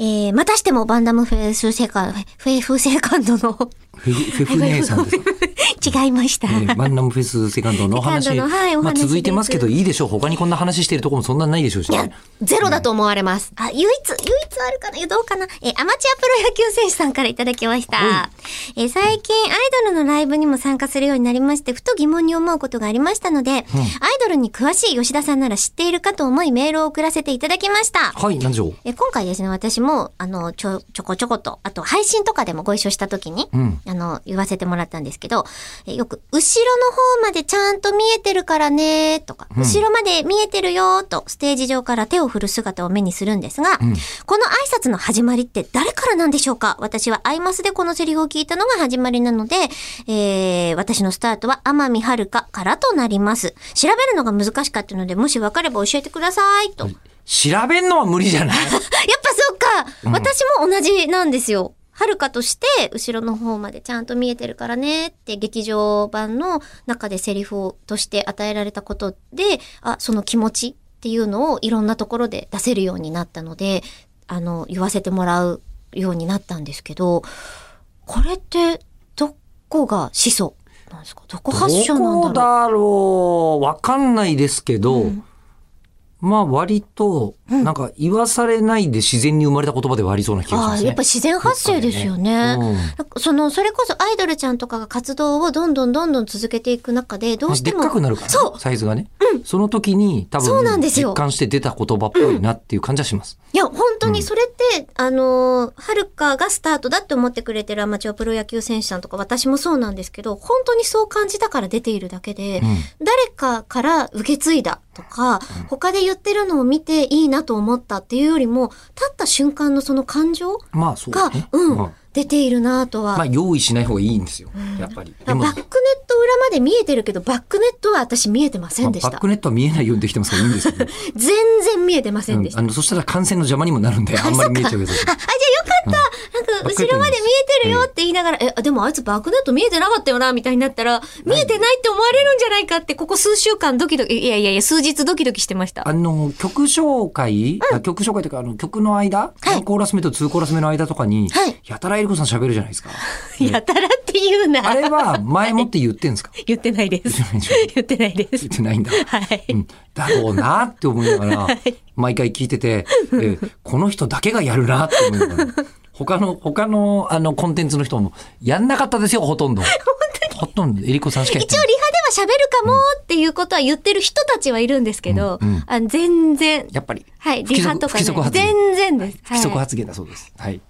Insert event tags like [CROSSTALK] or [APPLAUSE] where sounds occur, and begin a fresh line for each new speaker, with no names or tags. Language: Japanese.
えー、またしてもバンダムフェスセカンド、フェフセカンドの
[LAUGHS]
[LAUGHS]
フェフフェフ姉さんですか。
違いました。
えーバンナムフェスセカンドのお話。
セカンドのはいお話
まあ続いてますけど
で
いいでしょう。他にこんな話してるところもそんなないでしょうし
いや
ね。、
ゼロだと思われます。あ、唯一、唯一あるかなどうかなえーアマチュアプロ野球選手さんからいただきました。えー最近アイドルのライブにも参加するようになりまして、ふと疑問に思うことがありましたので、アイドルに詳しい吉田さんなら知っているかと思いメールを送らせていただきました。
はい、なんでしょう。
え今回ですね、私も、あの、ちょ、ちょこちょこと、あと配信とかでもご一緒した時に、
ん
あの、言わせてもらったんですけど、えよく、後ろの方までちゃんと見えてるからね、とか、後ろまで見えてるよ、と、ステージ上から手を振る姿を目にするんですが、この挨拶の始まりって誰からなんでしょうか私はアイマスでこのセリフを聞いたのが始まりなので、えー、私のスタートは天海遥からとなります。調べるのが難しかったので、もし分かれば教えてください、と。
調べんのは無理じゃ [LAUGHS] ない
やっぱそうか、私も同じなんですよ。はるかとして、後ろの方までちゃんと見えてるからねって、劇場版の中でセリフをとして与えられたことで、あ、その気持ちっていうのをいろんなところで出せるようになったので、あの、言わせてもらうようになったんですけど、これって、どこが始祖なんですかどこ発祥なんだろ
どこ
う
だろうわかんないですけど、まあ割と、なんか言わされないで自然に生まれた言葉ではありそうな気がし
あ
ま
あ
す
ー
ね。
やっぱ自然発生ですよね。
どっかでねうん
なんかそのそれこそアイドルちゃんとかが活動をどんどんどんどん続けていく中でどうしても
でっかくなるから、
そう
サイズがね、その時に多
そうなん
分
ですよ
実感して出た言葉っぽいなっていう感じはします。
いや本当にそれって、あのはるかがスタートだって思ってくれてるアマチュアプロ野球選手さんとか私もそうなんですけど本当にそう感じたから出ているだけで、誰かから受け継いだとか、他で言ってるのを見ていいなと思ったっていうよりも立った瞬間のその感情
まあそう
が
だね。
うん、
ま
出ているなとは
あ用意しない方がいいんですよ。やっぱり。
あバックネット裏まで見えてるけど、バックネットは私見えてませんでし
まあバ
た
ック。ネットは見えないようにできてますからいいんですけど、
全然見えてませんでし
うん
た。
あのそしたら感染の邪魔にもなるん
[LAUGHS]
であんまり見えちゃうけど
あ、あ、じゃあよかった、なんか、
バックネ
後
ット
ろまで見えてるよって言いながら、え、でもあいつバックネット見えてなかったよな、みたいになったら、見えてないって思われるんじゃないかって、ここ数週間ドキドキ、いやいやいや、数日ドキドキしてました。
あの曲紹介、あ曲紹介というかあの曲の間、
はい
1コーラス目と2コーラス目の間とかに、
はい
やたらえりこさん喋るじゃないですか。
やたらって言う
あ
な。
れは前もって言ってん
[LAUGHS]
ですか
言ってないです。言ってないです
言っ。てないんだ。
はい。
うん、だろうなって思いなが [LAUGHS] ら、毎回聞いてて、えーこの人だけがやるなって思いながら、他の、他の、あの、コンテンツの人も、やんなかったですよ、ほ [LAUGHS] とんど。ほとんど、えりこさんしかやって
一
な
応
い。
リハでは喋るかもっていうことは言ってる人たちはいるんですけど、
うんうん
あ全然
やっぱり、
はい、
不規
リ
則
ハとか
不規則
ね。
発言
全然です。
不規則発言だそうです。はい。